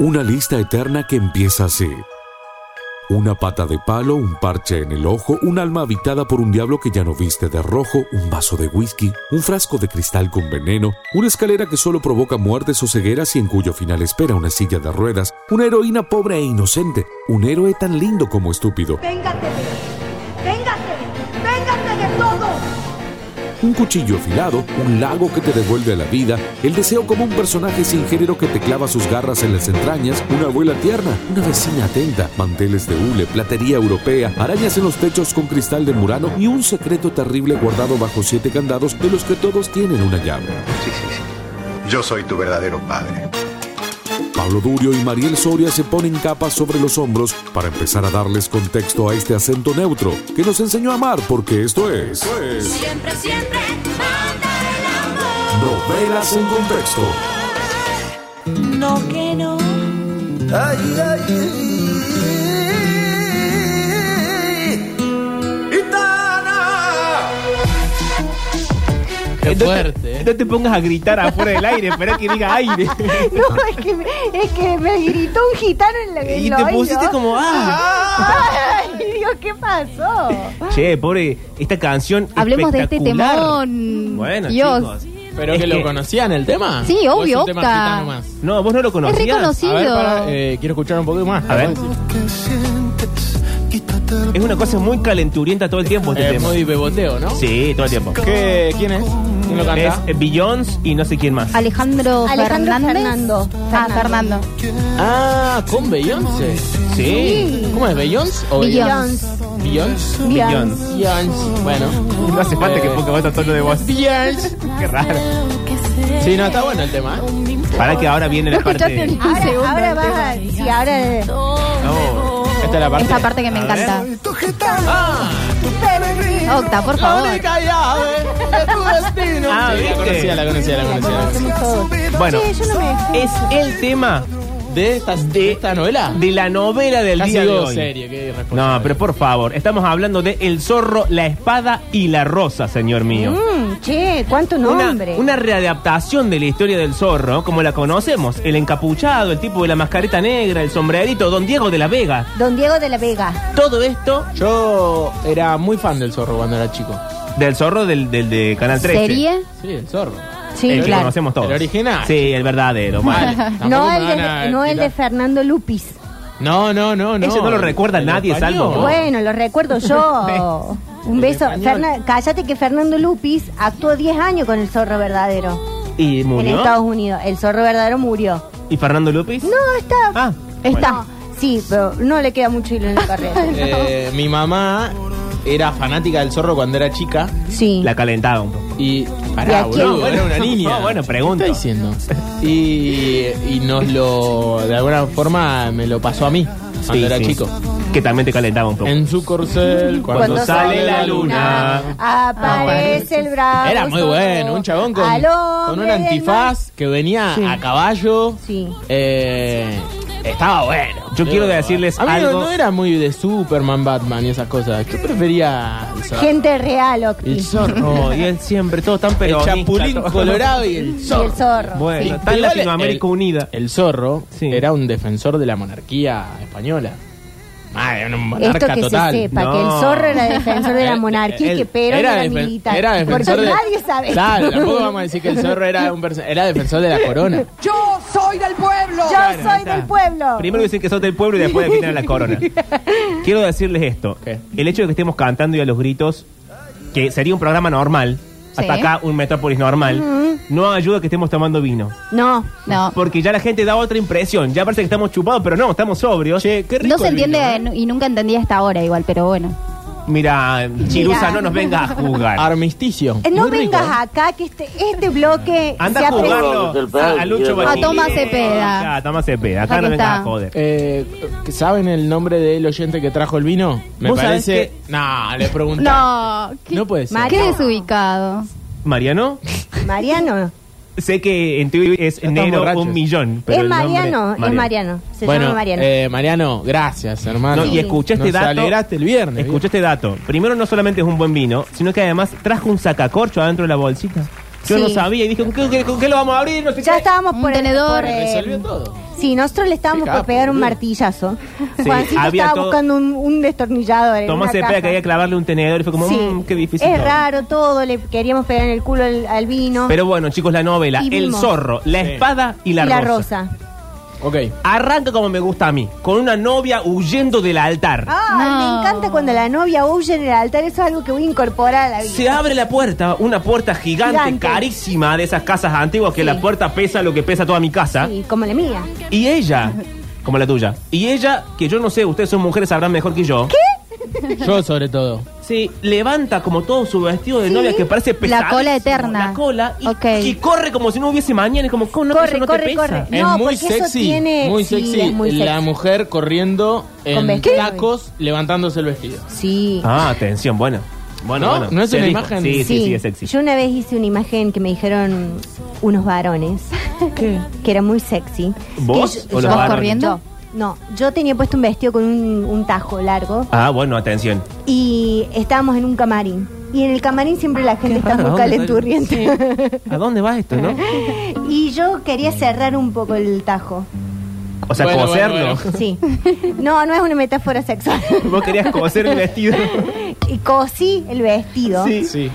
Una lista eterna que empieza así. Una pata de palo, un parche en el ojo, un alma habitada por un diablo que ya no viste de rojo, un vaso de whisky, un frasco de cristal con veneno, una escalera que solo provoca muertes o cegueras y en cuyo final espera una silla de ruedas, una heroína pobre e inocente, un héroe tan lindo como estúpido, Véngate, véngate, véngate de todo. un cuchillo afilado, un lago que te devuelve a la vida, el deseo como un personaje sin género que te clava sus garras en las entrañas, una abuela tierna, una vecina atenta, manteles de hule, platería europea, arañas en los techos con cristal de murano y un secreto terrible guardado bajo siete candados de los que todos tienen una llave. Sí, sí, sí. Yo soy tu verdadero padre. Pablo Durio y Mariel Soria se ponen capas sobre los hombros para empezar a darles contexto a este acento neutro que nos enseñó a amar porque esto es... Siempre, siempre, manda el amor. Novelas en contexto. No que no. Ay, ay, ay. Gitana. Qué No te- fuerte. ¿eh? No te pongas a gritar afuera del aire, espera que diga aire. No, es que, me, es que me gritó un gitano en la en Y el te oído. pusiste como, ah. Ay, Dios, ¿qué pasó? Che, pobre, esta canción. Ah. Hablemos de este espectacular. temón. Bueno, Dios. chicos. Pero Es que, lo que- conocían el tema. Sí, ¿O es un obvio, tema Octa. gitano más? No, vos no lo Es conocías. A ver, reconocido. para, eh, quiero escuchar un poco más. Eh, A ver. Que sientes, quítate el Es una cosa muy calenturienta todo el tiempo este Eh, tema. muy beboteo, ¿no? Sí, todo el tiempo. ¿Qué- ¿Quién es? ¿Quién lo Es canta? eh, Beyoncé y no sé quién más. Alejandro, Alejandro Fernández. Fernando. Ah, Oh, Fernando. Ah, con Beyoncé. Sí. ¿Cómo es? ¿Beyoncé o Billions. Beyoncé? Beyoncé. Beyoncé. Bueno. No hace falta que ponga otro tono de voz. Beyoncé. Qué raro. Sí, no, está bueno el tema. ¿eh? Para que ahora viene la escuchaste parte. ni- Ahora, segundo ahora vas a... Sí, ahora... No, Esta es la parte. Esta parte que me encanta. tu gitana. Octa, por favor. Ah, Sí, la ¿viste? conocía, la conocía, la conocía. Bueno, Sí, yo no me... es el tema ¿De esta, de esta novela? de la novela del Casi día de digo hoy. serio, qué irresponsable. No, pero por favor, estamos hablando de El Zorro, la Espada y la Rosa, señor mío. Mm, che, ¿cuánto Una, nombre? una readaptación de la historia del zorro, como la conocemos. El encapuchado, el tipo de la mascareta negra, el sombrerito, don Diego de la Vega. Don Diego de la Vega. Todo esto Yo era muy fan del zorro cuando era chico. del zorro del, del de Canal 13. ¿Serie? Sí, el zorro. Sí, El que claro. conocemos todos. ¿El original? Sí, el verdadero. Vale, mal. tampoco No me el, van de, a no el de tirar- Fernando Lupis. No, no, no, no. Ese no lo recuerda El nadie, español. salvo vos. Bueno, lo recuerdo yo. Un beso. español. Ferna- cállate que Fernando Lupis actuó 10 años con el zorro verdadero Y en murió. Estados Unidos. El zorro verdadero murió. ¿Y Fernando Lupis? No, está. Ah, está. bueno. Sí, pero no le queda mucho hilo en la carrera. Eh, mi mamá era fanática del zorro cuando era chica Sí. La calentaba un poco. y ¿Y pará, a quién? boludo, era una niña. No, bueno, pregunto. ¿Qué está diciendo? Y, y nos lo de alguna forma me lo pasó a mí cuando Sí, era sí. chico. Que también te calentaba un poco. En su corcel cuando, Cuando sale la luna, Ah, aparece el bravo. Era muy zorro. bueno, un chabón con, Al hombre con un del antifaz que venía Sí. a caballo. Sí. Eh, estaba bueno. Yo quiero decirles a mí no- algo. No, era muy de Superman, Batman y esas cosas. Yo prefería el mar. zorro. Gente real, Octi. El zorro. Oh, y él siempre, todo tan el peronista. chapulín todo. colorado y el Y el zorro. zorro. Bueno, sí. está en Igual Latinoamérica el- unida. El zorro Sí. era un defensor de la monarquía española. Madre, un monarca Esto que total. se sepa, No. que el zorro era defensor de la Él- monarquía y él que Perón era, defen- militar. era defensor porque de- nadie sabe. Claro, tampoco vamos a decir que el zorro era un perso- era defensor de la corona. Yo soy del pueblo. Primero dicen que sos del pueblo y después de quitar la corona. Quiero decirles esto. ¿Qué? El hecho de que estemos cantando y a los gritos, que sería un programa normal, Sí. hasta acá un Metrópolis normal, no ayuda que estemos tomando vino. No. No. Porque ya la gente da otra impresión. Ya parece que estamos chupados, pero no, estamos sobrios. Che, qué rico No se el vino, entiende ¿eh? eh, y nunca entendí hasta ahora igual, pero bueno. Mira, Chirusa, no nos venga a jugar. Armisticio. Eh, No Muy rico, vengas ¿eh? acá que este, este bloque Anda a apre- jugarlo a, a Lucho A Tomás Basilio. Cepeda. A Tomás Cepeda. Acá Aquí no venga está. a joder. Eh, ¿Saben el nombre del oyente que trajo el vino? Me ¿Vos sabés parece. No, le pregunté. No, qué, No puede ser. qué desubicado. Mariano, Mariano. sé que en tu es estamos enero borrachos. un millón. pero Es el nombre- Mariano, es Mariano. Se bueno, llama Mariano. eh, Mariano, gracias, hermano. No, y escuché este Nos dato. alegraste el viernes. Escuché este dato. Primero, no solamente es un buen vino, sino que además trajo un sacacorcho adentro de la bolsita. Yo Sí. no sabía y dije, ¿con qué, con qué lo vamos a abrir? No sé Ya qué. estábamos Un por el- tenedor. por el- Resolvió todo. Sí, nosotros le estábamos Qué por capo, pegar un boludo. martillazo. Sí, Juancito había estaba todo- buscando un, un destornillador. en Tomás una se pega caja. que había que clavarle un tenedor y fue como, Sí. mmm, qué difícil. Es todo". raro todo, le queríamos pegar en el culo al, al vino. Pero bueno, chicos, la novela, Y El vimos. zorro, la Sí. espada y y la, la rosa. rosa. Ok. Arranca como me gusta a mí, con una novia huyendo del altar. Ay, No. me encanta cuando la novia huye en el altar. Eso es algo que voy a incorporar a la vida. Se abre la puerta, una puerta gigante, Gigante. carísima de esas casas antiguas que la puerta pesa lo que pesa toda mi casa. Sí, como la mía. Y ella, como la tuya, y ella, que yo no sé, ustedes son mujeres, sabrán mejor que yo. ¿Qué? Yo sobre todo. Sí, levanta como todo su vestido de Sí. novia que parece pesado. La cola eterna. La cola y, Ok. y corre como si no hubiese mañana. Es como, ¿cómo no, eso corre, no te corre, pesa? corre. Es No, muy porque eso sexy. tiene- Muy sí, sexy. es muy la sexy. mujer corriendo en vestido. tacos, levantándose el vestido. Sí. Ah, atención, bueno. Bueno, ¿No? bueno. ¿No es se una dijo. imagen? Sí, sí, sí, es sexy. Yo una vez hice una imagen que me dijeron unos varones. Que era muy sexy. ¿Vos Que yo- o los yo- varones? corriendo? No, yo tenía puesto un vestido con un, un tajo largo Ah, bueno, atención. y estábamos en un camarín. Y en el camarín siempre la gente está muy raro, ¿dónde está? calenturriente. ¿A dónde va esto, no? y yo quería cerrar un poco el tajo. O sea, Bueno, bueno, coserlo. bueno. Sí. No, no es una metáfora sexual. Vos querías coser el vestido. Y cosí el vestido. Sí. Sí.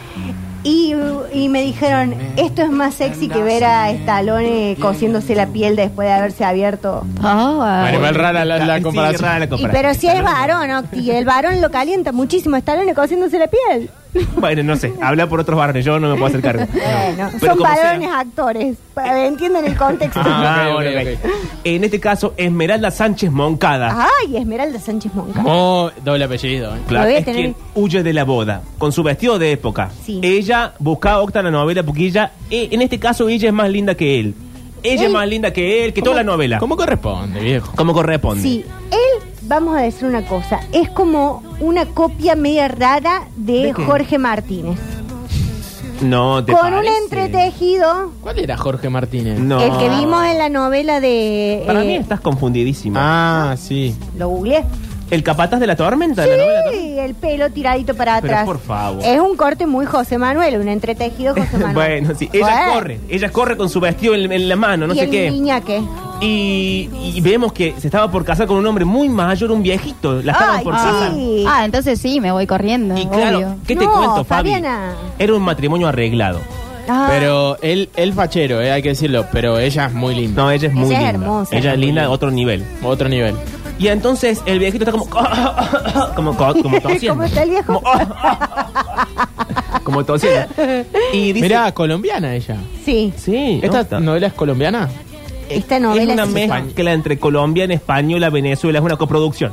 Y, y me dijeron, esto es más sexy que ver a Stallone cosiéndose la piel después de haberse abierto. Ah, Animal rara la, la Sí, comparación. rara la Y, comparación. pero si es varón, Octi, el varón lo calienta muchísimo, Stallone cosiéndose la piel. Bueno, no sé, habla por otros varones, yo no me puedo hacer cargo. Bueno, Pero son como sea. varones actores, para que entiendan el contexto. Ah, Ok, ok, bueno, ok. ok. En este caso, Esmeralda Sánchez Moncada. Ay, Esmeralda Sánchez Monca. Muy doble apellido. ¿eh? Claro, Ah, Lo voy a es tener. quien huye de la boda, con su vestido de época. Sí. Ella busca a Octa la novela porque ella, eh, en este caso, ella es más linda que él. Ella es Él- más linda que él, que toda la novela. ¿Cómo corresponde, viejo? Como corresponde. Sí, él, vamos a decir una cosa, es como una copia media rara de, ¿De qué? Jorge Martínez. No, te Con un parece? entretejido, ¿Cuál era Jorge Martínez? No. el que vimos en la novela de... Para eh, mí estás confundidísima. Ah, sí. Lo googleé. ¿El capataz de la tormenta? de la novela Tormenta? Sí, el pelo tiradito para Pero atrás. por favor. Es un corte muy José Manuel, un entretejido José Manuel. Bueno, sí. Ella Bueno. corre, ella corre con su vestido en, en la mano, no y sé el qué. Iñaque. Y, y vemos que se estaba por casar con un hombre muy mayor, un viejito. La estaban Ay, por sí. casar. Ah, entonces sí, me voy corriendo. Y claro, obvio. ¿qué te No, ah. cuento, Fabi? Fabiana. Era un matrimonio arreglado. Ah, Pero él, él fachero, eh, hay que decirlo. Pero ella es muy linda. No, ella es muy Ella es linda. hermosa. Ella es linda, otro nivel. Otro nivel. Y entonces el viejito está como. Como, co- como tosiendo. ¿Cómo está el viejo? Como, como tosiendo. Y dice. Mirá, colombiana ella. Sí, Sí, ¿Esta Octa. novela es colombiana? esta es novela una sí. mezcla entre colombiana, española, Venezuela. Es una coproducción.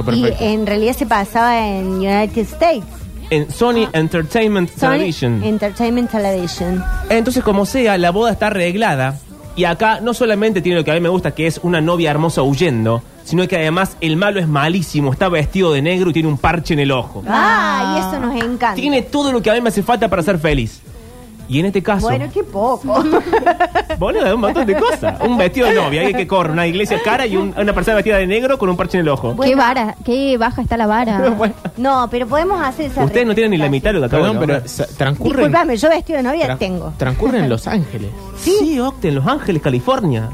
Y eh, perfecto. en realidad se pasaba en United States. En Sony Entertainment Sony Television. Entertainment Television. Entonces, como sea, la boda está arreglada. Y acá no solamente tiene lo que a mí me gusta, que es una novia hermosa huyendo, sino que además el malo es malísimo, está vestido de negro y tiene un parche en el ojo. Ah, y eso nos encanta. Tiene todo lo que a mí me hace falta para ser feliz. Y en este caso, Bueno, qué poco. boludo, un montón de cosas. Un vestido de novia, alguien que corre, una iglesia cara y un- una persona vestida de negro con un parche en el ojo. Qué Bueno. vara, qué baja está la vara. Bueno, No, pero podemos hacer esa. ustedes no tienen ni la mitad de lo que acabo Perdón, de pero nombrar. sa- transcurre. en- Disculpame, yo vestido de novia tra- tengo. Transcurre en Los Ángeles. Sí, Octa, en Los Ángeles, California.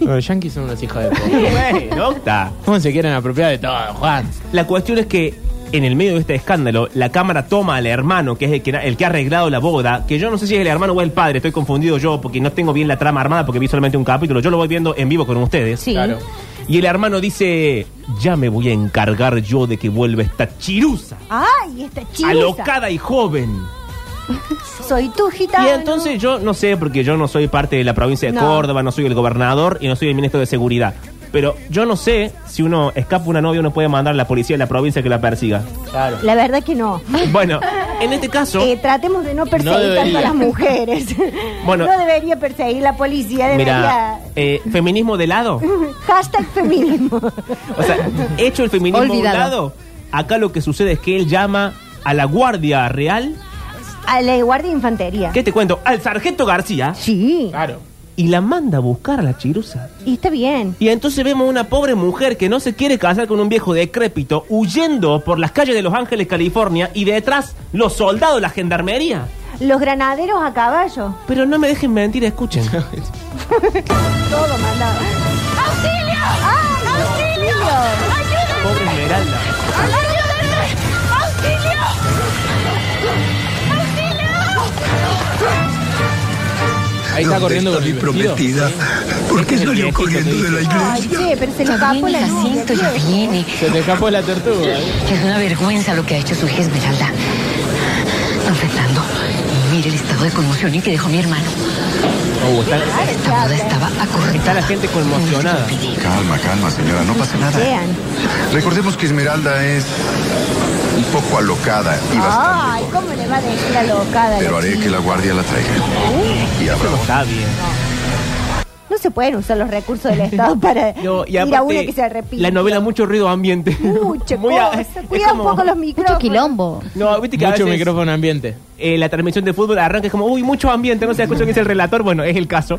Los yankees son unos hijos de puta. bueno, Octa. ¿Cómo se quieren apropiar de todo, Juan? La cuestión es que en el medio de este escándalo, la cámara toma al hermano, que es el que, el que ha arreglado la boda, que yo no sé si es el hermano o el padre, estoy confundido yo porque no tengo bien la trama armada porque vi solamente un capítulo, yo lo voy viendo en vivo con ustedes. Sí. Claro. Y el hermano dice, ya me voy a encargar yo de que vuelva esta chirusa, Ay, esta chica. alocada y joven. Soy tu gitano. Y entonces yo no sé, porque yo no soy parte de la provincia de No. Córdoba, no soy el gobernador y no soy el ministro de seguridad. Pero yo no sé si uno escapa una novia, uno puede mandar a la policía de la provincia que la persiga. Claro. La verdad que no. Bueno, en este caso, Eh, tratemos de no No perseguir debería. tanto a las mujeres. Bueno. no debería perseguir la policía, mira, debería. eh, feminismo de lado. Hashtag feminismo. O sea, hecho el feminismo de Olvidado. lado, acá lo que sucede es que él llama a la Guardia Real, A la Guardia de Infantería. ¿qué te cuento? Al sargento García, Sí, Claro. y la manda a buscar a la chirusa. y está bien. Y entonces vemos una pobre mujer que no se quiere casar con un viejo decrépito, huyendo por las calles de Los Ángeles, California, y detrás los soldados, la gendarmería. Los granaderos a caballo. Pero no me dejen mentir, escuchen. Todo mandado. ¡Auxilio! ¡Auxilio! ¡Ayúdenme! Pobre Esmeralda. ¡Ayúdenme! ¡Auxilio! ¡Auxilio! Ahí está corriendo con mi el vestido. prometida? ¿Por qué Es el salió viejito corriendo que de la Ay, iglesia? che, pero se le Ya escapó viene, la lluvia. Jacinto, ya che. viene. Se te escapó la tortuga. ¿eh? Es una vergüenza lo que ha hecho su hija Esmeralda. Don Fernando, mire el estado de conmoción en que dejó mi hermano. Oh, está- Esta boda estaba acortada. Está la gente conmocionada. Calma, calma, señora, no pasa nada. Vean. Recordemos que Esmeralda es un poco alocada y bastante. Ay, ¿cómo le va a dejar la locada? a la Pero haré ¿eh? chica? que la guardia la traiga. Y habrá Está bien. No se pueden usar los recursos del Estado para No, y ir a una aparte, que se repita. La novela mucho ruido ambiente. Mucho, Muy a- es cosa. Cuida un como- poco los Mucho micrófonos. quilombo. No, viste que a Mucho veces, micrófono ambiente. eh, la transmisión de fútbol arranca es como, uy, mucho ambiente, no se escucha que es el relator. Bueno, es el caso.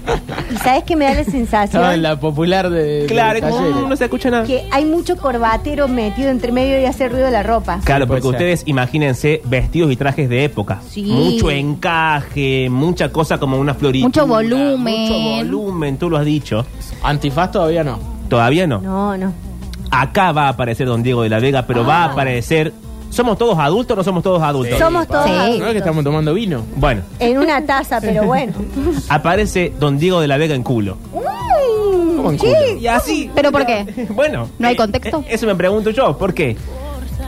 Y sabes que me da la Estaba en sensación la popular de. de Claro, es como, talleres. "Mm, no se escucha nada. que hay mucho corbatero metido entre medio y hace ruido la ropa. Claro, Puede porque ser. ustedes imagínense vestidos y trajes de época. Sí. Mucho encaje, mucha cosa como una florita. Mucho volumen. Mucho volumen, tú lo has dicho. Antifaz todavía no. Todavía no. No, no. Acá va a aparecer Don Diego de la Vega, pero va a aparecer. ¿Somos todos adultos o no somos todos adultos? Ah. Somos todos Sí. No es que adultos. estamos tomando vino. Bueno, en una taza, pero bueno. aparece Don Diego de la Vega en culo. en Mm, culo? sí. Y así. Ah, ¿Pero por qué? Bueno. ¿No hay eh, contexto? eh, Eso me pregunto yo, ¿por qué?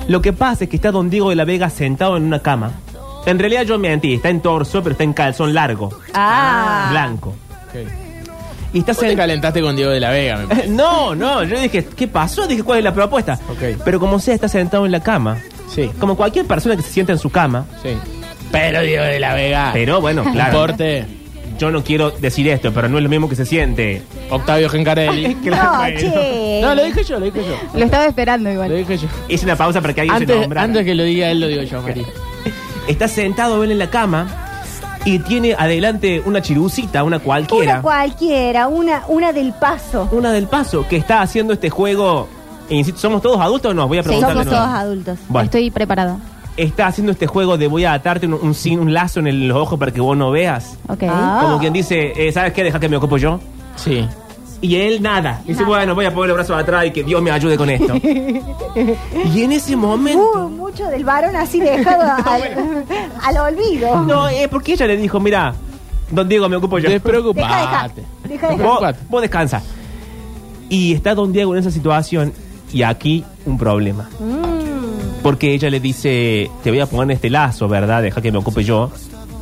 Lo que pasa es que está Don Diego de la Vega sentado en una cama. En realidad yo mentí, está en torso, pero está en calzón largo, Ah. blanco. Okay. Y está Vos te sentado. calentaste con Diego de la Vega, me parece. No, no, yo dije, ¿qué pasó? Dije, ¿cuál es la propuesta? Ok. Pero como sea, está sentado en la cama. Sí, Como cualquier persona que se sienta en su cama. sí. Pero Diego de la Vega. Pero bueno, claro. Porte. Yo no quiero decir esto, pero no es lo mismo que se siente. Octavio Gencarelli. No, Claro, che. No, lo dije yo, lo dije yo. Lo estaba esperando igual. Lo dije yo. Hice una pausa para que alguien se Antes, nombrara. antes que lo diga él, lo digo yo, Mari. Está sentado él en la cama y tiene adelante una chirucita, una cualquiera. Una cualquiera, una, una del paso. Una del paso que está haciendo este juego. E insisto, ¿somos todos adultos o no? Voy a Sí, preguntar Somos de no. todos nuevo. adultos. Bueno, Estoy preparada. está haciendo este juego de voy a atarte un, un, cin- un lazo en el- los ojos para que vos no veas. Ok. Ah. Como quien dice, eh, ¿sabes qué? Deja que me ocupo yo. Sí. Y él nada. Dice, bueno, voy a poner los brazos atrás y que Dios me ayude con esto. y en ese Uh, momento. mucho del varón así dejado al, al olvido. No, es porque ella le dijo, mira, don Diego me ocupo yo. Deja, Despreocupate. deja. Deja, deja. Vos, preocupate. vos descansa. Y está don Diego en esa situación y aquí un problema. Mm. Porque ella le dice, te voy a poner este lazo, ¿verdad? Deja que me ocupe yo.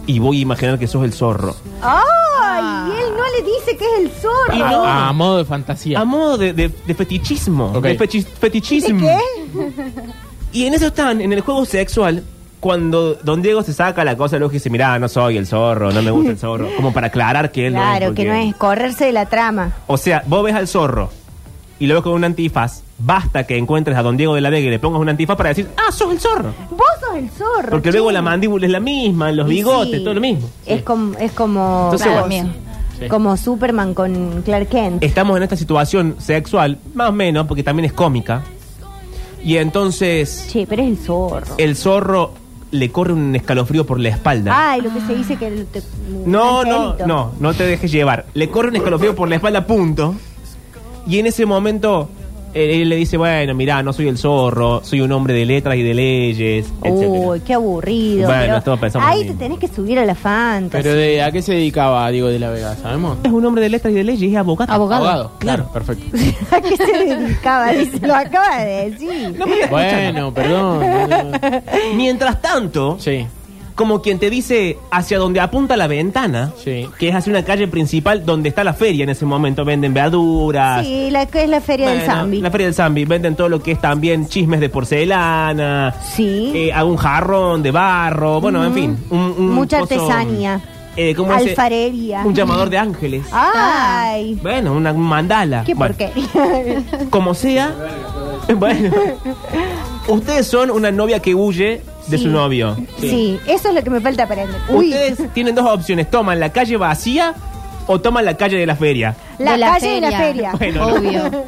Y voy a imaginar que sos el zorro. Ay, y él no le dice que es el zorro. Y no. A, a modo de fantasía. A modo de, de- de fetichismo. Ok. De fechi- ¿De fetichismo. qué? Y en eso están, en el juego sexual, cuando Don Diego se saca la cosa, luego dice, mirá, no soy el zorro, no me gusta el zorro. Como para aclarar que él no Claro, que no porque- es correrse de la trama. O sea, vos ves al zorro y lo ves con un antifaz, basta que encuentres a Don Diego de la Vega y le pongas un antifaz para decir, ah, sos el zorro. Vos sos el zorro. Porque che. luego la mandíbula es la misma, los Y bigotes, sí, todo lo mismo. Es como, es como, Entonces como- vos- mío. Sí. como Superman con Clark Kent. Estamos en esta situación sexual, más o menos, porque también es cómica. Y entonces Che, pero es el zorro. el zorro le corre un escalofrío por la espalda. Ay, lo que se dice que... el- te- No, no, angelito. no, no te dejes llevar. Le corre un escalofrío por la espalda, punto. Y en ese momento eh, él le dice, bueno, mirá, no soy el zorro, soy un hombre de letras y de leyes. etcétera. Uy, qué aburrido. Bueno, pero todos pensamos lo ahí te mismo. tenés que subir a la fantasía. Pero de a qué se dedicaba Diego de la Vega, ¿sabemos? Es un hombre de letras y de leyes, es abogado. Abogado. Claro, perfecto. ¿A qué se dedicaba? Dice, lo acaba de decir. Bueno, perdón. Mientras tanto, Sí, como quien te dice hacia donde apunta la ventana, Sí. que es hacia una calle principal donde está la feria en ese momento, venden verduras. Sí, la que es la feria del Bueno, Zambi. La feria del Zambi. Venden todo lo que es también chismes de porcelana. Sí. eh, algún jarrón de barro. Bueno, en fin. un- un Mucha coso, artesanía. eh, ¿cómo es? Alfarería. Un llamador de ángeles. Ay, Bueno, una un mandala. qué Ah. Bueno, porquería. Como sea. bueno. Ustedes son una novia que huye de Sí. su novio. Sí. eso es lo que me falta aprender. Uy, Ustedes tienen dos opciones. Toman la calle vacía o toman la calle de la feria. la, De la calle de la feria. feria. Bueno, no. Obvio.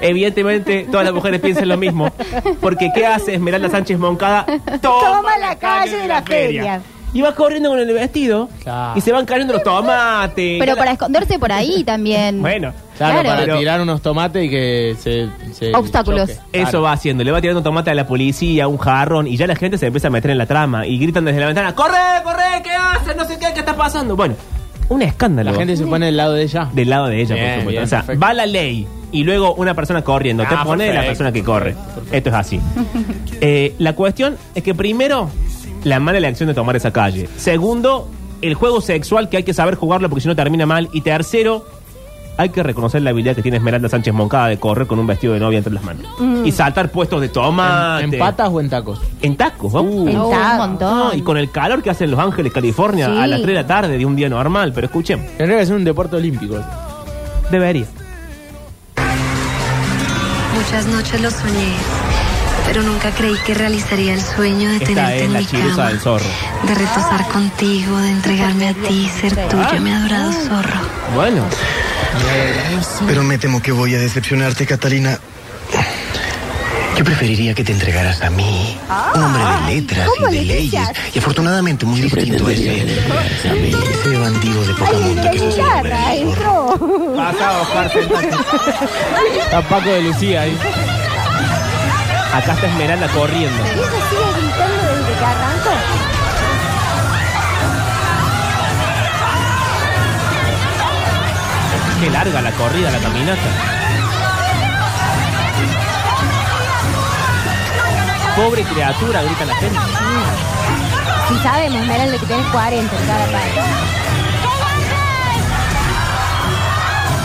Evidentemente, todas las mujeres piensan lo mismo. Porque ¿qué hace Esmeralda Sánchez Moncada? Toma la calle de la feria. Y va corriendo con el vestido. Claro. Y se van cayendo los tomates. Pero Y la- para esconderse por ahí también. Bueno, Claro, Claro. para Pero- tirar unos tomates y que se. se Obstáculos. choque. Eso Claro. va haciendo, le va tirando tomate a la policía, un jarrón, y ya la gente se empieza a meter en la trama y gritan desde la ventana, ¡corre, corre! ¿Qué haces? No sé qué, ¿qué está pasando? Bueno, un escándalo. La gente se pone del lado de ella. del lado de ella, por Bien, supuesto. bien, o sea, perfecto. va la ley y luego una persona corriendo. Ah, Te pone perfecto, la persona que corre. Esto es así. Eh, la cuestión es que primero, la mala elección de tomar esa calle. Segundo, el juego sexual que hay que saber jugarlo porque si no termina mal. Y tercero, hay que reconocer la habilidad que tiene Esmeralda Sánchez Moncada de correr con un vestido de novia entre las manos. Y saltar puestos de toma. ¿En, en patas o en tacos? En tacos, vamos. Uh, Está- un montón. y con el calor que hace en Los Ángeles, California, Sí. a las 3 de la tarde de un día normal. Pero escuchen, Tendría que ser un deporte olímpico. debería. Muchas noches lo soñé, pero nunca creí que realizaría el sueño de Esta tenerte es en la mi chirusa cama, del zorro. de Ah. retosar contigo, de entregarme a ti, ser tuyo, mi adorado Ah. zorro. Bueno, Pero me temo que voy a decepcionarte, Catalina. Yo preferiría que te entregaras a mí, un hombre de letras ¿cómo y de le leyes, dices? y afortunadamente muy distinto a ese, ese bandido de poca monta que sos un hombre de Ay, zorro. entró. pasa Oscar, sentate. Está Paco de Lucía ahí. Acá está Esmeralda corriendo. Y eso sigue gritando desde que arrancó. Qué larga la corrida, la caminata. Pobre criatura, grita la gente. Si sabemos, Esmeralda, que tenés 40 en cada parte.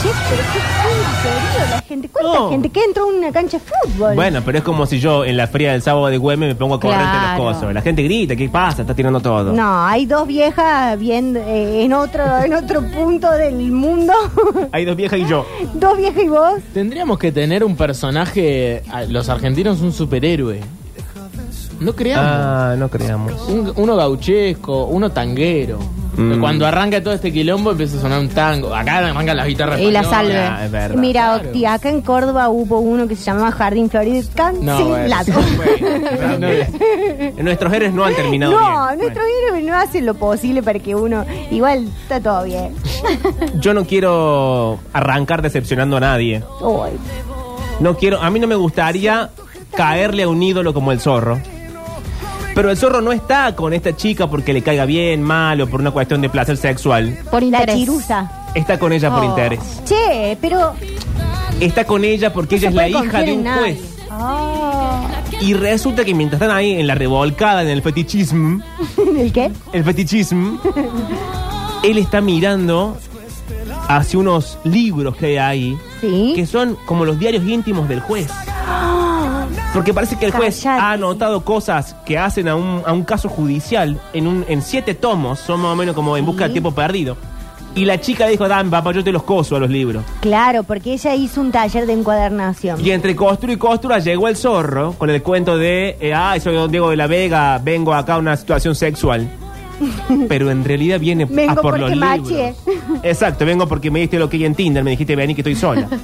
Che, pero qué puntería la gente. ¿Cuánta No. gente que entró a una cancha de fútbol? Bueno, pero es como si yo en la fría del sábado de Güemes me pongo a correr entre Claro. los cosos. La gente grita, ¿qué pasa? Está tirando todo. No, hay dos viejas viendo eh, en otro en otro punto del mundo. Hay dos viejas y yo. dos viejas y vos. Tendríamos que tener un personaje. a- Los argentinos, un superhéroe. No creamos. Ah, no creamos. Un- uno gauchesco, uno tanguero. Mm. Cuando arranca todo este quilombo empieza a sonar un tango. Acá arrancan las guitarras. Y la españolas. salve. Ah, es verdad. Mira, Claro. Octi, acá en Córdoba hubo uno que se llamaba Jardín Florido No, cancelado. bueno. Bueno, Nuestros héroes no han terminado No, bien. nuestros héroes no hacen lo posible para que uno. Igual está todo bien. Bueno, yo no quiero arrancar decepcionando a nadie. Uy. No quiero, a mí no me gustaría caerle a un ídolo como el zorro. Pero el zorro no está con esta chica porque le caiga bien, mal o por una cuestión de placer sexual. Por La interés. chirusa. Está con ella por Oh. interés. Che, pero. Está con ella porque no se ella es la puede hija confiar de en un nadie. juez. Ah. Y resulta que mientras están ahí en la revolcada, en el fetichismo, ¿El qué? el fetichismo, él está mirando hacia unos libros que hay ahí. Sí. que son como los diarios íntimos del juez. Porque parece que el juez Cállate. ha anotado cosas que hacen a un, a un caso judicial en, un, en siete tomos, son más o menos como en busca del tiempo perdido. Y la chica dijo, dame papá, yo te los coso a los libros. Claro, porque ella hizo un taller de encuadernación. Y entre costura y costura llegó el zorro con el cuento de, eh, ay, soy don Diego de la Vega, vengo acá a una situación sexual. Pero en realidad viene Vengo a por porque los maché. libros. Exacto, vengo porque me diste lo que hay en Tinder, me dijiste vení que estoy sola.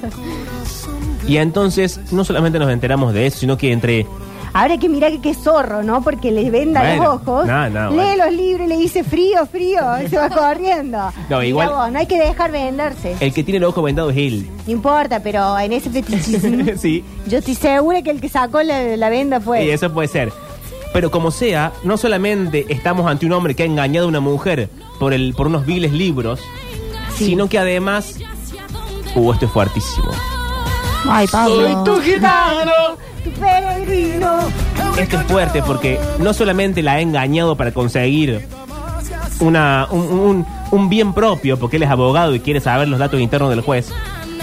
Y entonces no solamente nos enteramos de eso, sino que entre Ahora que mira que qué zorro, ¿no? Porque le venda Bueno, los ojos, no, no, lee bueno. los libros y le dice frío, frío, y se va corriendo. No, Mira igual- Eh. vos, no hay que dejar venderse. el que tiene el ojo vendado es él. No importa, pero en ese fetichismo, sí. yo estoy segura que el que sacó la, la venda fue. Y eso puede ser. Pero como sea, no solamente estamos ante un hombre que ha engañado a una mujer por, el, por unos viles libros, Sí. sino que además... Uh, esto es fuertísimo. Ay, Pablo. gitano. Tu peregrino. Esto es fuerte porque no solamente la ha engañado para conseguir una, un, un- un bien propio, porque él es abogado y quiere saber los datos internos del juez,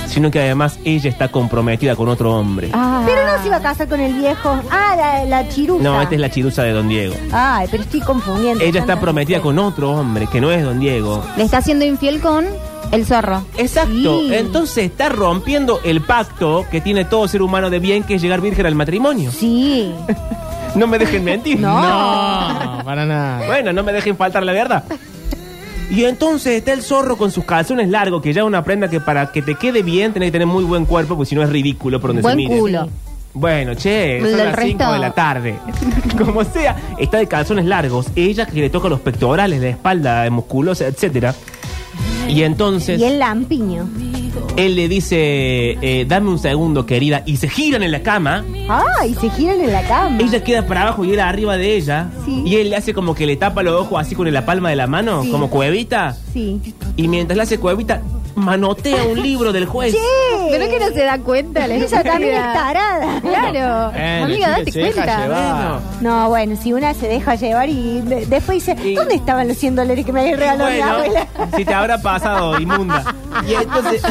sino que además ella está comprometida con otro hombre. Ah, Pero no se iba a casar con el viejo. Ah, la, la chirusa. No, esta es la chirusa de Don Diego. Ay, pero estoy confundiendo. Ella está tantas prometida mujeres. con otro hombre que no es Don Diego. Le está siendo infiel con el zorro. Exacto, Sí. entonces está rompiendo el pacto que tiene todo ser humano de bien, que es llegar virgen al matrimonio. Sí. No me dejen mentir. Oh. No, para nada. Bueno, no me dejen faltar la verdad. Y entonces está el zorro con sus calzones largos, que ya es una prenda que para que te quede bien tenés que tener muy buen cuerpo, porque si no es ridículo por donde se Buen mire. culo. Bueno, che, El son del las 5 resto. de la tarde. Como sea, está de calzones largos. Ella que le toca los pectorales, la espalda musculosa, etcétera. Y entonces Y el lampiño. él le dice, eh, dame un segundo, querida, y se giran en la cama. Ah, y se giran en la cama. Ella queda para abajo y él arriba de ella. Sí. Y él le hace como que le tapa los ojos así con la palma de la mano, Sí. como cuevita. Sí. Y mientras le hace cuevita, manotea un libro del juez. Pero es que no se da cuenta, la Ella también estúpida. es tarada. Eh, Claro. Bueno, Amiga, sí, date se deja cuenta. Ah, llevar. No, bueno, si una se deja llevar y de- después dice, Y- ¿dónde estaban los 100 dólares que me había regalado mi Bueno, abuela? si te habrá pasado, inmunda. Y entonces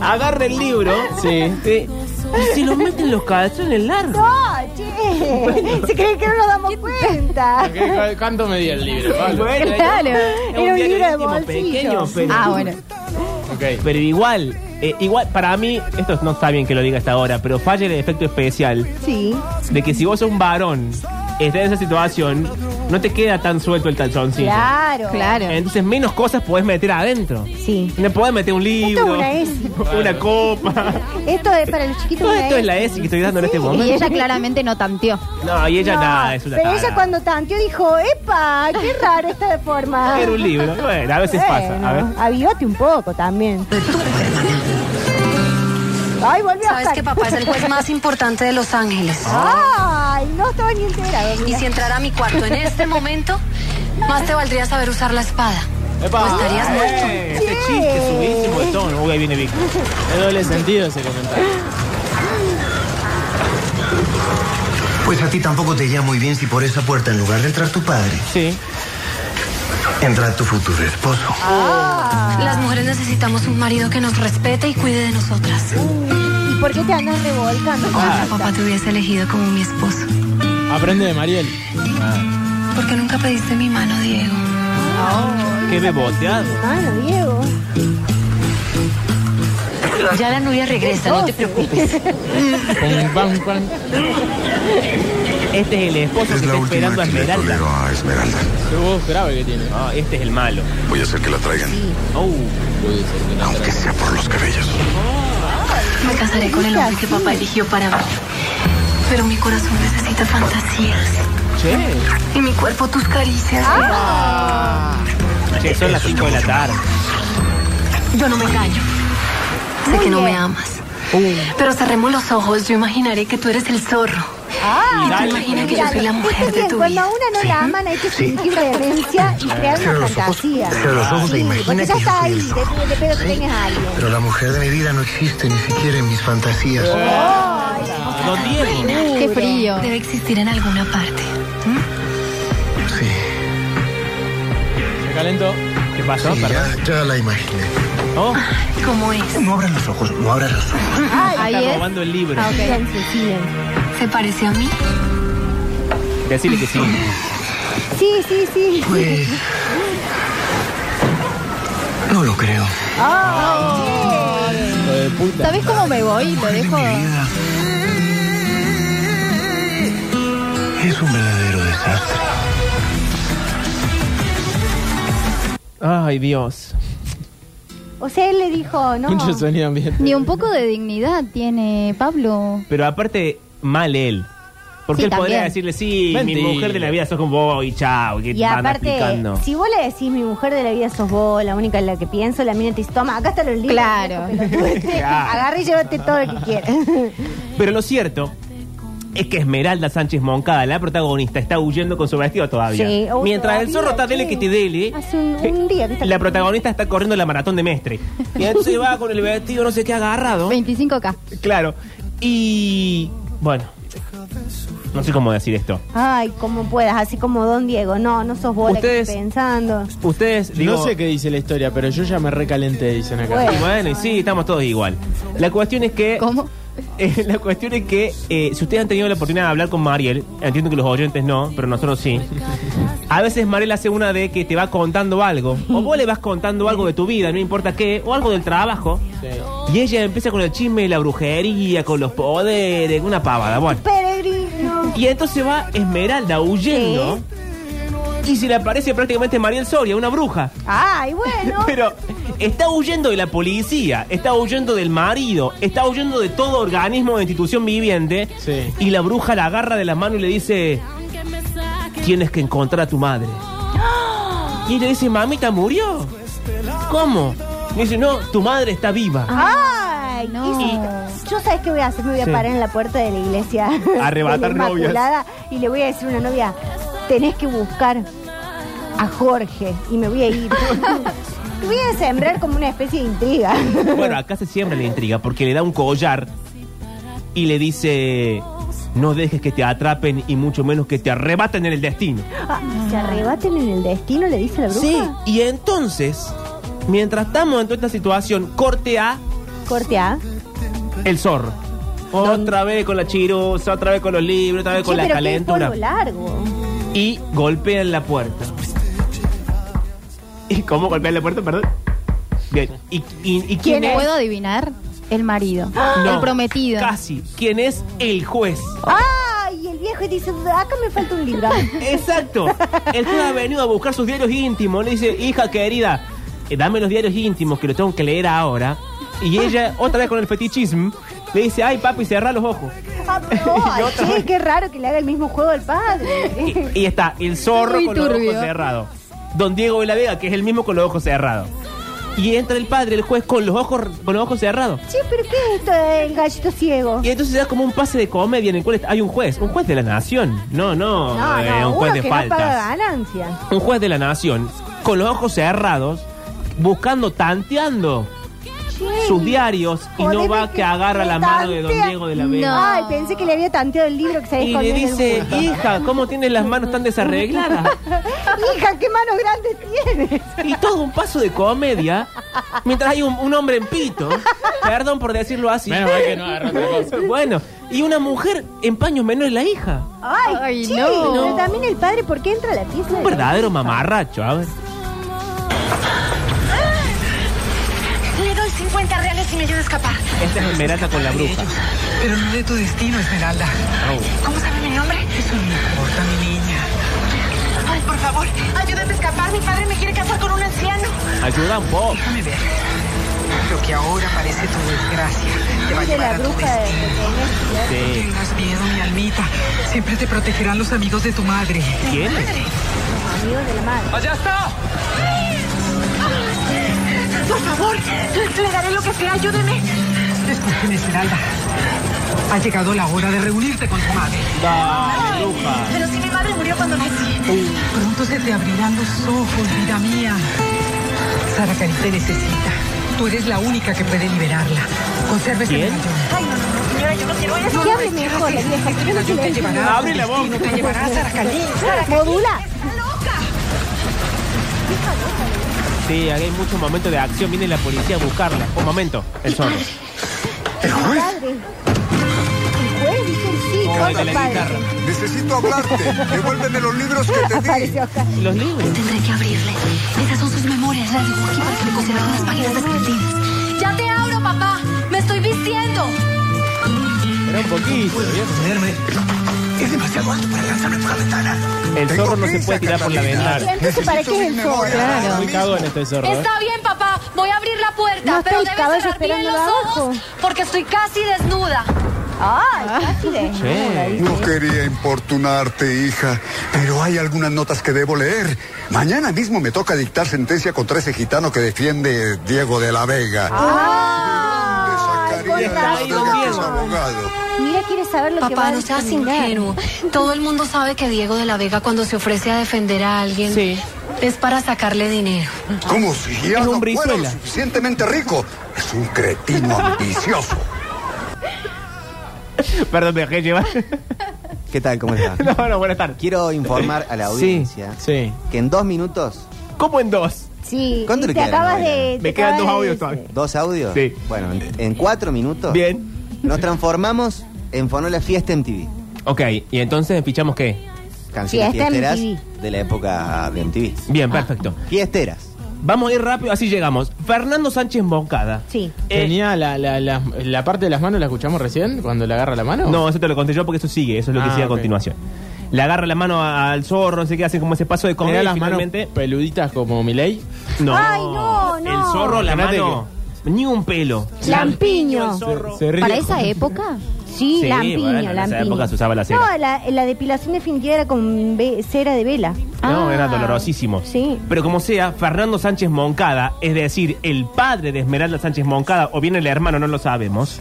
agarra el libro Sí. sí, y se lo mete en los calzones largos. No, che. Se cree que no nos damos cuenta. ¿Qué- ¿Cuánto me dio el libro? Pablo? Bueno, es Claro. Era un diario libro de íntimo, bolsillo. pequeño, pero, Ah, bueno. Ok. pero igual, eh, igual para mí, esto no está bien que lo diga hasta ahora, pero falla el efecto especial Sí. de que si vos sos un varón, estás en esa situación, no te queda tan suelto el calzoncillo. Claro. Claro. Entonces menos cosas podés meter adentro. Sí. No podés meter un Esto es libro, una ESI. una copa. Esto es para los chiquitos. Todo una esto es ESI. la ESI que estoy dando en este momento. Y ella claramente no tanteó. No, y ella No, nada, es una Pero tarada. ella cuando tanteó dijo, ¡epa! ¡Qué raro esta forma! Era un libro. Bueno, a veces pasa. A ver. Avivate un poco también. Ay, volvió a Sabes estar. que papá es el juez más importante de Los Ángeles. Ay, no estaba ni enterado. Y mira. si entrara a mi cuarto en este momento, más te valdría saber usar la espada. Pues estarías muerto. Eh, Ese chiste subidísimo de tono. Uy, ahí viene Víctor. Es doble sentido ese comentario. Pues a ti tampoco te iría muy bien si por esa puerta, en lugar de entrar tu padre, Sí. entra tu futuro esposo. Las mujeres necesitamos un marido que nos respete y cuide de nosotras. ¿Y por qué te andas revolcando? Ojalá papá te hubiese elegido como mi esposo. Aprende de Mariel. Porque nunca pediste mi mano, Diego. Qué beboteado. Mano, Diego. Ya la novia regresa, no te preocupes. Pum, pam, pam. Este es el esposo Es que la está última esperando a que le Esmeralda. tolero a Esmeralda. Qué voz grave que tiene. Ah, este es el malo. Voy a hacer que la traigan, Oh, aunque sea por los cabellos. Me casaré con el hombre que papá eligió para mí. Pero mi corazón necesita fantasías. Che. Y mi cuerpo tus caricias. che, son las 5 de la tarde. Yo no me engaño. Sé que no me amas. Pero cerremos los ojos, yo imaginaré que tú eres el zorro. y tú dale. imaginas que yo Claro, soy la mujer ¿viste de este bien? tu Cuando a vida. una no la aman hay que sentir reverencia y crear Cierra una los ojos, fantasía. cierra los ojos e Sí, imagina porque ya que yo está soy ahí, el zorro. de, de pedo que Sí. tengas a alguien. Pero la mujer de mi vida no existe ni siquiera en mis fantasías. Oh. No tiene. Qué frío. Debe existir en alguna parte. Sí, Se calentó. ¿Qué Ah, pasó? sí, Perdón. ya, ya la imaginé. Oh, ¿Cómo es? No abras los ojos, no abras los ojos. Ahí está es. robando el libro. Ah, ok. Silencio, silencio. ¿Se parece a mí? Decirle que sí. Sí, sí, sí. Pues... No lo creo. Lo de puta. ¿Sabes cómo me voy? Lo De dejo. mi vida... Es un verdadero desastre. Ay, Dios. O sea, él le dijo, no. Mucho sonido ambiente. Ni un poco de dignidad tiene Pablo. Pero aparte, mal él. Porque Sí, él podría también. decirle, sí, Mentira. mi mujer de la vida sos con vos y chao. Que Y te van aparte, aplicando. si vos le decís mi mujer de la vida sos vos, la única en la que pienso, la mina te dice, toma, acá están los libros. Claro. viejo pelotudo este. Claro. Agarra y llévate todo lo que quieras. Pero lo cierto es que Esmeralda Sánchez Moncada, la protagonista, está huyendo con su vestido todavía. Sí, oh, Mientras el todavía, zorro está sí. dele que te dele, eh, Hace un- un día que está- la protagonista está corriendo la maratón de Mestre. Y entonces va con el vestido no sé qué agarrado. 25K. Claro. Y bueno, no sé cómo decir esto. Ay, como puedas, así como Don Diego. No, no sos vos la que Ustedes- estoy pensando. Ustedes, digo, no sé qué dice la historia, pero yo ya me recalenté, dicen acá. Bueno. y bueno, y sí, estamos todos igual. La cuestión es que ¿Cómo? Eh, la cuestión es que eh, si ustedes han tenido la oportunidad de hablar con Mariel, entiendo que los oyentes no, pero nosotros sí. A veces Mariel hace una de que te va contando algo, o vos le vas contando algo de tu vida, no importa qué, o algo del trabajo, y ella empieza con el chisme de la brujería, con los poderes, una pavada, bueno. Peregrino. Y entonces va Esmeralda huyendo y se le aparece prácticamente Mariel Soria, una bruja. Ay, bueno. Pero está huyendo de la policía, está huyendo del marido, está huyendo de todo organismo o institución viviente. Sí. Y la bruja la agarra de la mano y le dice, tienes que encontrar a tu madre. Y le dice, mamita murió. ¿Cómo? Y dice, no, tu madre está viva. Ay, No. y- Yo sabes qué voy a hacer, me voy a Sí. parar en la puerta de la iglesia. Arrebatar de la Inmaculada, Y le voy a decir a una novia, tenés que buscar a Jorge y me voy a ir. Y voy a sembrar como una especie de intriga. Bueno, acá se siembra la intriga porque le da un collar y le dice, no dejes que te atrapen y mucho menos que te arrebaten en el destino. Ah, Se arrebaten en el destino, le dice la bruja. Sí, y entonces, mientras estamos en toda esta situación, corte a Corte A. el zorro. Otra vez con la chirusa, otra vez con los libros, otra vez con Che, la pero qué calentura. polo largo. Y golpean la puerta. ¿Y cómo golpean la puerta? Perdón. Bien. ¿Y, y- y quién es? ¿Puedo adivinar? El marido. ¡Ah! No, el prometido. Casi. ¿Quién es el juez? Ay, el viejo dice, acá me falta un libro. Exacto. El juez ha venido a buscar sus diarios íntimos. Le dice, hija querida, eh, dame los diarios íntimos que lo tengo que leer ahora. Y ella, otra vez con el fetichismo, le dice, ay papi, cerrá los ojos. Ah, pero, ay, che, qué raro que le haga el mismo juego al Y, padre. y está el zorro Muy con los ojos turbio. cerrados. Don Diego de la Vega, que es el mismo con los ojos cerrados. Y entra el padre, el juez, con los ojos, con los ojos cerrados. Che, pero ¿qué es esto del gallito ciego? Y entonces da como un pase de comedia en el cual hay un juez, un juez de la nación. No, no, No, eh, no, un uno juez de que faltas. no paga ganancias. un juez de la nación con los ojos cerrados, buscando, tanteando sus diarios y no Jodeme va que agarra la tantea. mano de don Diego de la Vega. Ay, pensé que le había tanteado el libro que se había Y le escondido en dice, el hija, ¿cómo tienes las manos tan desarregladas? bulto. Hija, qué manos grandes tienes. Y todo un paso de comedia, mientras hay un, un hombre en pito, perdón por decirlo así. Menos mal que no agarró otra cosa. Bueno, y una mujer en paños menores la hija. Ay, Ay, che, no. pero también el padre, ¿por qué entra a la pieza? Un de- verdadero mamarracho, a ver. Le doy 50 reales y me ayuda a escapar. Esta es Esmeralda con la bruja. Pero no de tu destino, Esmeralda. ¿Cómo sabe mi nombre? Eso no importa, mi niña. Ay, por favor, ayúdate a escapar. Mi padre me quiere casar con un anciano. Ayuda un poco. Déjame ver. Lo que ahora parece tu desgracia te va a de llevar la a tu bruja de- destino. No eh. Sí. tengas miedo, mi almita. Siempre te protegerán los amigos de tu madre. ¿Quién? Amigos de la madre. ¡Allá está! Por favor, le, le daré lo que sea, ayúdeme. Escúcheme, Esmeralda. Ha llegado la hora de reunirte con tu madre. Dale, bruja. Pero si mi madre murió cuando nací. Pronto se te abrirán los ojos, vida mía. Sara Cari te necesita. Tú eres la única que puede liberarla. Conserva ese ¿Quién? medallón. Ay, no, no, no, señora, yo no quiero eso. Que hable mejor la vieja, que yo no se Medallón le te llevará a tu Abre la destino, boca. te llevará a Sara Cari. Modula. ¡Está loca! Sí, ahí hay muchos momentos de acción. Viene la policía a buscarla. Un momento, el zorro. Padre. El juez dice sí, Oh, con el de los la padres. guitarra. Necesito hablarte. Devuélveme los libros que te di. Apareció acá. Los libros. Tendré que abrirle. Esas son sus memorias. Las dibujé para que me conservaran las páginas descriptivas. ¡Ya te abro, papá! Ah, ¡Me estoy vistiendo! Era un poquito. Ponerme. Es demasiado alto para lanzarme por la ventana. El Tengo zorro no se prisa, puede tirar por la Catalina. ventana. Entonces, ¿para Necesito qué es mis el zorro? memorias ahora Muy mismo. cagón este zorro. ¿eh? Está bien, papá. Voy a abrir la puerta, No está pero el debes caballo cerrar bien los esperándolo ojos abajo. porque estoy casi desnuda. Ay, casi de- Che. No quería importunarte, hija, pero hay algunas notas que debo leer. Mañana mismo me toca dictar sentencia contra ese gitano que defiende Diego de la Vega. Ah. Ay, Sacaría con el nombre de tus razón. abogados. Mira, quiere saber lo que va Papá, a no seas determinar. ingenuo. Todo el mundo sabe que Diego de la Vega, cuando se ofrece a defender a alguien, es para sacarle dinero. ¿Cómo si ya Es no un fuera lo Brizuela. suficientemente rico? Es un cretino ambicioso. ¿eh? Perdón, me dejé llevar. ¿Qué tal? ¿Cómo está? No, no, buenas tardes. Quiero informar a la Sí, audiencia sí. que en dos minutos, ¿Cómo en dos? Sí, ¿Cuánto y le te queda la acabas novela? de. Me te quedan acabas de dos audios decir. todavía. dos audios. Sí. Bueno, en, en cuatro minutos Bien. nos transformamos en Fonola Fiesta MTV. Ok, y entonces fichamos qué. Canciones Fiesta fiesteras MTV. de la época de MTV. Ah. Bien, perfecto. Fiesteras. Vamos a ir rápido, así llegamos. Fernando Sánchez Moncada. Sí. Eh, Tenía Ah, la, la, la, la parte de las manos, la escuchamos recién, cuando le agarra la mano. No, eso te lo conté yo porque eso sigue, eso es lo que Ah, sigue a ok. continuación. le agarra la mano a- al zorro, no sé qué, hacen como ese paso de ¿Me comedia da y las manos finalmente- peluditas como Miley? No. Ay, no, no. El zorro, la Imagínate mano. Ni un pelo. Lampiño. Se ríe. Para esa época. Sí, Sí, lampiño, bueno, en esa lampiño. época se usaba la cera. No, la, la depilación definitiva era con ve- cera de vela. No, Ah. era dolorosísimo. Sí. Pero como sea, Fernando Sánchez Moncada, es decir, el padre de Esmeralda Sánchez Moncada, o bien el hermano, no lo sabemos,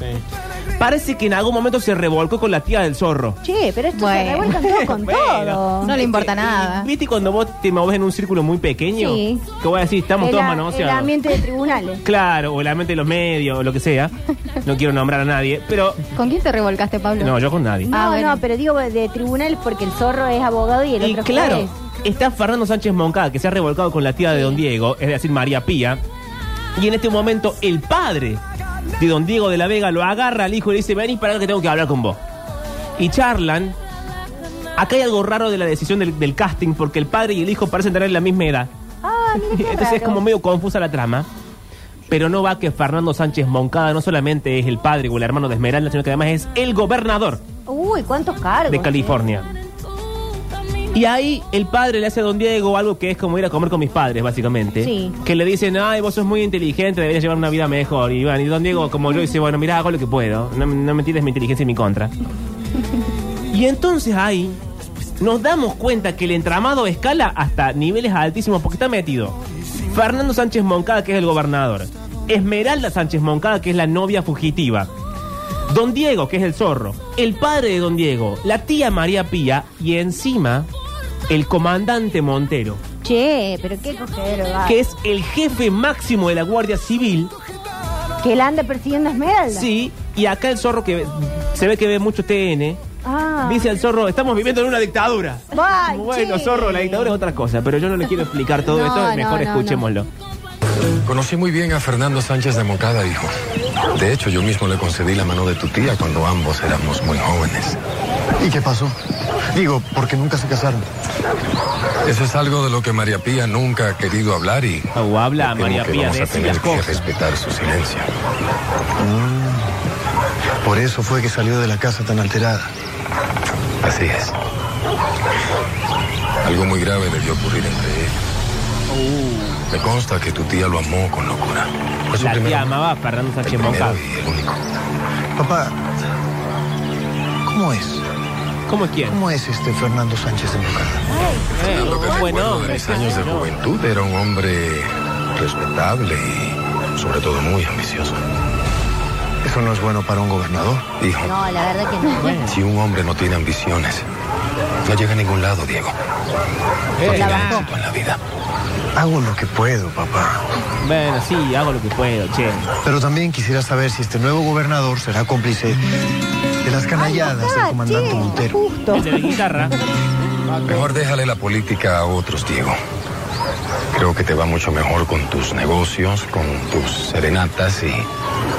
parece que en algún momento se revolcó con la tía del zorro. Che, pero esto se Bueno. revuelcan todo con todo. No le importa Y nada. ¿Viste cuando vos te movés en un círculo muy pequeño? Sí. Que voy a decir, estamos El todos a- El manoseados. ambiente de tribunales. Claro, o la mente de los medios, o lo que sea. No quiero nombrar a nadie, pero... ¿Con quién te revolcaste, Pablo? No, yo con nadie. No, Ah, bueno. no, pero digo de tribunales porque el zorro es abogado y el Y otro claro, juez. está Fernando Sánchez Moncada, que se ha revolcado con la tía de Don Diego, es decir, María Pía. Y en este momento, el padre de Don Diego de la Vega lo agarra al hijo y le dice: Vení para acá que tengo que hablar con vos. Y charlan. Acá hay algo raro de la decisión del, del casting, porque el padre y el hijo parecen tener la misma edad. Ah, mira qué Entonces es raro. como medio confusa la trama. Pero no va que Fernando Sánchez Moncada no solamente es el padre o el hermano de Esmeralda, sino que además es el gobernador Uy, cuántos cargos. de California. Y ahí el padre le hace a Don Diego algo que es como ir a comer con mis padres, básicamente. Sí. Que le dicen, ay, vos sos muy inteligente, deberías llevar una vida mejor. Y, bueno, y Don Diego, como yo, dice, bueno, mira, hago lo que puedo. No, no me tires mi inteligencia en mi contra. y entonces ahí nos damos cuenta que el entramado escala hasta niveles altísimos porque está metido. Fernando Sánchez Moncada, que es el gobernador. Esmeralda Sánchez Moncada, que es la novia fugitiva. Don Diego, que es el zorro, el padre de Don Diego, la tía María Pía y encima el comandante Montero, Che, pero qué cogedero va. que es el jefe máximo de la Guardia Civil. Que la anda persiguiendo a Esmeralda. Sí, y acá el zorro que ve- se ve que ve mucho TN. Ah. Dice el zorro, estamos viviendo en una dictadura. Ay, Bueno, che. zorro, la dictadura es otra cosa, pero yo no le quiero explicar todo No, esto, mejor no, no, escuchémoslo. Conocí muy bien a Fernando Sánchez de Moncada, hijo. De hecho, yo mismo le concedí la mano de tu tía cuando ambos éramos muy jóvenes. ¿Y qué pasó? Digo, porque nunca se casaron. Eso es algo de lo que María Pía nunca ha querido hablar y... O habla me temo María que Pía vamos de a sí las tener que cosas. respetar su silencio. Ah, Por eso fue que salió de la casa tan alterada. Así es. Algo muy grave debió ocurrir entre ellos. Me consta que tu tía lo amó con locura. Fue su Uh. La primer tía amor, amaba a Fernando Sánchez Moncada. primero y el único. Papá, ¿cómo es? ¿Cómo es quién? Eh, ¿Cómo es este Fernando Sánchez de Moncada? Fernando, que buen recuerdo hombre, de mis años de juventud, era un hombre respetable y sobre todo muy ambicioso. Eso no es bueno para un gobernador. Hijo, No, la verdad que no. si un hombre no tiene ambiciones, no llega a ningún lado, Diego. No Eh, tiene éxito en la vida. Hago lo que puedo, papá. Bueno, sí, hago lo que puedo, che. Pero también quisiera saber si este nuevo gobernador será cómplice de las canalladas del comandante Ah, Montero. Justo. El de la guitarra. Mejor déjale la política a otros, Diego. Creo que te va mucho mejor con tus negocios, con tus serenatas y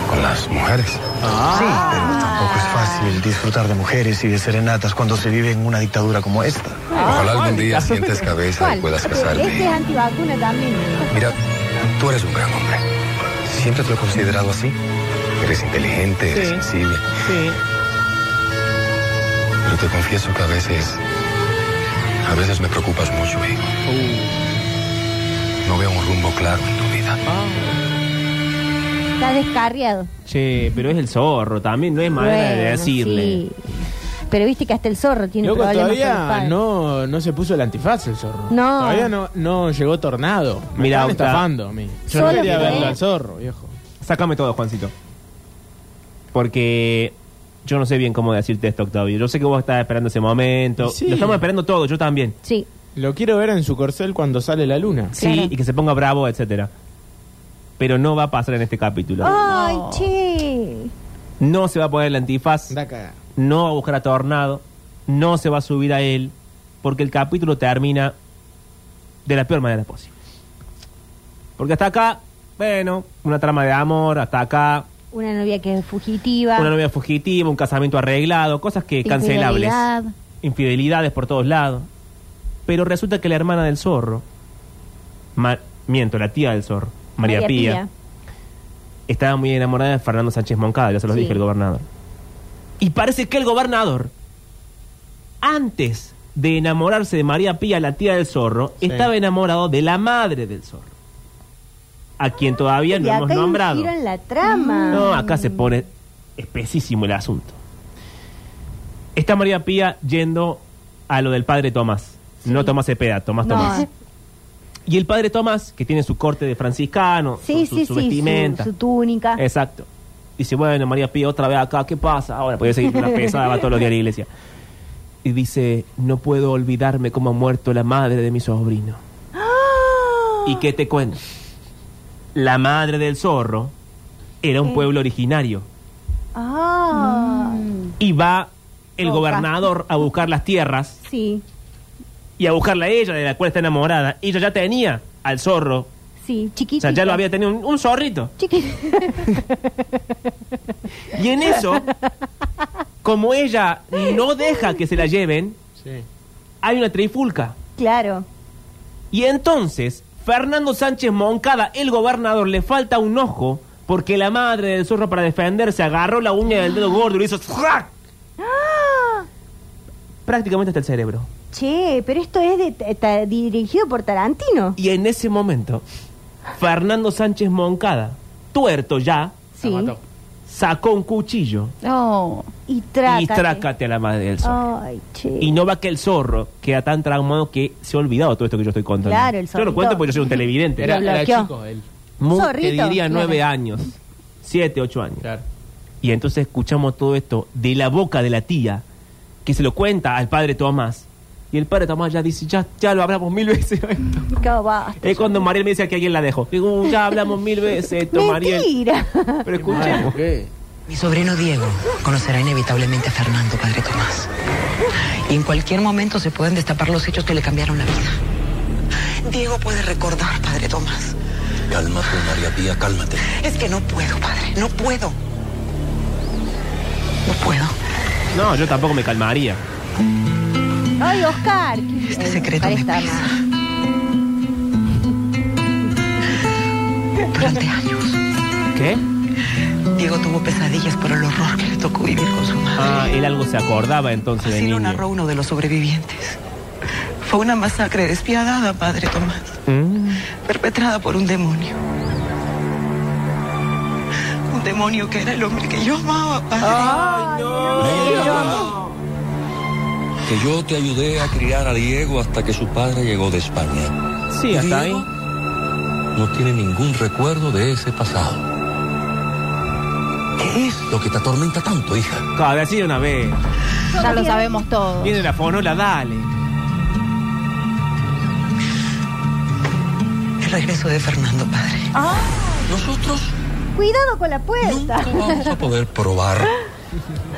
con las mujeres. Sí, Ah. pero tampoco es fácil disfrutar de mujeres y de serenatas cuando se vive en una dictadura como esta. Ah, Ojalá algún día sientes cabeza y ¿Cuál? puedas Este es casarte. antivacuna también. Mira, tú eres un gran hombre. Siempre te lo he considerado así. Eres inteligente, eres Sí. sensible. Sí. Pero te confieso que a veces. A veces me preocupas mucho, hijo. No veo un rumbo claro en tu vida. Está descarriado. Che, pero es el zorro también, no es manera de Bueno, decirle. sí. Pero viste que hasta el zorro tiene Loco, problemas con los todavía padres. no, no se puso el antifaz el zorro. No. Todavía no, no llegó tornado. Me Mirá, están Octa. estafando a mí. Yo Solo no quería que verlo ve. al zorro, viejo. Sácame todo, Juancito. Porque yo no sé bien cómo decirte esto, Octavio. Yo sé que vos estabas esperando ese momento. Sí. Lo estamos esperando todo, yo también. Sí. Lo quiero ver en su corcel cuando sale la luna. Sí, Claro. y que se ponga bravo, etcétera. Pero no va a pasar en este capítulo. Ay, che. No se va a poner el antifaz, Da cagada. no va a buscar a Tornado, no se va a subir a él, porque el capítulo termina de la peor manera posible. Porque hasta acá, bueno, una trama de amor, hasta acá, Una novia que es fugitiva. Una novia fugitiva, un casamiento arreglado, cosas que cancelables. Infidelidad. Infidelidades por todos lados. Pero resulta que la hermana del zorro, Ma- miento, la tía del zorro, María, Pía, estaba muy enamorada de Fernando Sánchez Moncada, ya se los Sí. dije el gobernador. Y parece que el gobernador, antes de enamorarse de María Pía, la tía del zorro, estaba enamorado de la madre del zorro, a quien todavía Y no acá hemos hay un nombrado. Mm. giro en la trama. No, acá se pone espesísimo el asunto. Está María Pía yendo a lo del padre Tomás. No Tomás Cepeda, Tomás No, Tomás. eh. Y el padre Tomás, que tiene su corte de franciscano, Sí, su, sí, su sí, vestimenta. su, su túnica. Exacto. Dice, bueno, María Pía, otra vez acá, ¿qué pasa? Ahora, pues, podía seguir una pesada, va todos los días a la iglesia. Y dice, no puedo olvidarme cómo ha muerto la madre de mi sobrino. ¿Y qué te cuento? La madre del zorro era un Eh. pueblo originario. Ah, Mm. Mm. Y va el Loca. gobernador a buscar las tierras sí, y a buscarla a ella, de la cual está enamorada. Ella ya tenía al zorro. sí, O chiquitito. sea, ya lo había tenido un, un zorrito. Y en eso, como ella no deja que se la lleven, hay una trifulca. Claro. Y entonces, Fernando Sánchez Moncada, el gobernador, le falta un ojo porque la madre del zorro para defenderse agarró la uña del dedo gordo y le hizo ¡zrac! prácticamente hasta el cerebro. Che, pero esto es de- ta- ta- dirigido por Tarantino. Y en ese momento, Fernando Sánchez Moncada, tuerto ya, Sí. sacó un cuchillo No. Y trácate. Oh. y trácate a la madre del zorro. Ay, che. Y no va que el zorro queda tan traumado que se ha olvidado todo esto que yo estoy contando. Claro, el Yo lo zorrito. cuento porque yo soy un televidente. Era- Lo era bloqueó. chico él. te Zorrito, diría claro. nueve años. Siete, ocho años. Y entonces escuchamos todo esto de la boca de la tía que se lo cuenta al padre Tomás. Y el padre Tomás ya dice, ya, ya lo hablamos mil veces. Acá va. es cuando Mariel me dice que alguien la dejó. Digo, "Uh, ya hablamos mil veces esto, Mariel. Mentira. Pero Ah, escuchemos. Mi sobrino Diego conocerá inevitablemente a Fernando, padre Tomás. Y en cualquier momento se pueden destapar los hechos que le cambiaron la vida. Diego puede recordar, padre Tomás. Cálmate, María Pía, cálmate. Es que no puedo, padre, no puedo. No puedo. No, yo tampoco me calmaría. Ay, Oscar. Este secreto me pesa. Durante años, ¿Qué? Diego tuvo pesadillas por el horror que le tocó vivir con su madre. Ah, él algo se acordaba entonces de Así lo niño. narró uno de los sobrevivientes. Fue una masacre despiadada, padre Tomás. ¿Mm? perpetrada por un demonio. Un demonio que era el hombre que yo amaba, padre. ¡Ay, no! Que yo te ayudé a criar a Diego hasta que su padre llegó de España. Sí, hasta ahí. No tiene ningún recuerdo de ese pasado. ¿Qué es lo que te atormenta tanto, hija? Cada vez así una vez. Ya lo sabemos todo. Viene la fonola, dale. El regreso de Fernando, padre. Nosotros Cuidado con la puerta. vamos a poder probar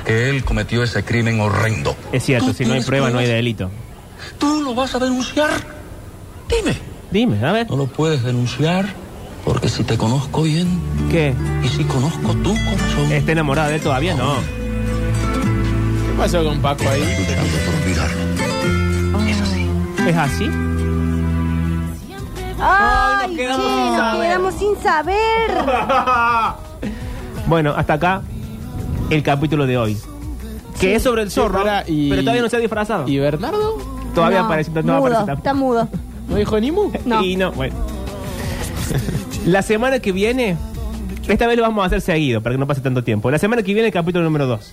que él cometió ese crimen horrendo. Es cierto, si no hay prueba, no hay delito. ¿Tú lo vas a denunciar? Dime. Dime, a ver. No lo puedes denunciar porque si te conozco bien. ¿Qué? Y si conozco tu corazón. ¿Está enamorada de él todavía? No. ¿Qué pasó con Paco ahí? Luchando por olvidarlo. Eso sí. ¿Es así? Ay, che, nos quedamos sin saber. Bueno, hasta acá el capítulo de hoy. Que es sobre el zorro, pero todavía no se ha disfrazado. ¿Y Bernardo? Todavía No, aparece, no, mudo, aparece tampoco. Está mudo. ¿No dijo ni mu? No. Y no, bueno. La semana que viene, esta vez lo vamos a hacer seguido para que no pase tanto tiempo. La semana que viene, el capítulo número 2.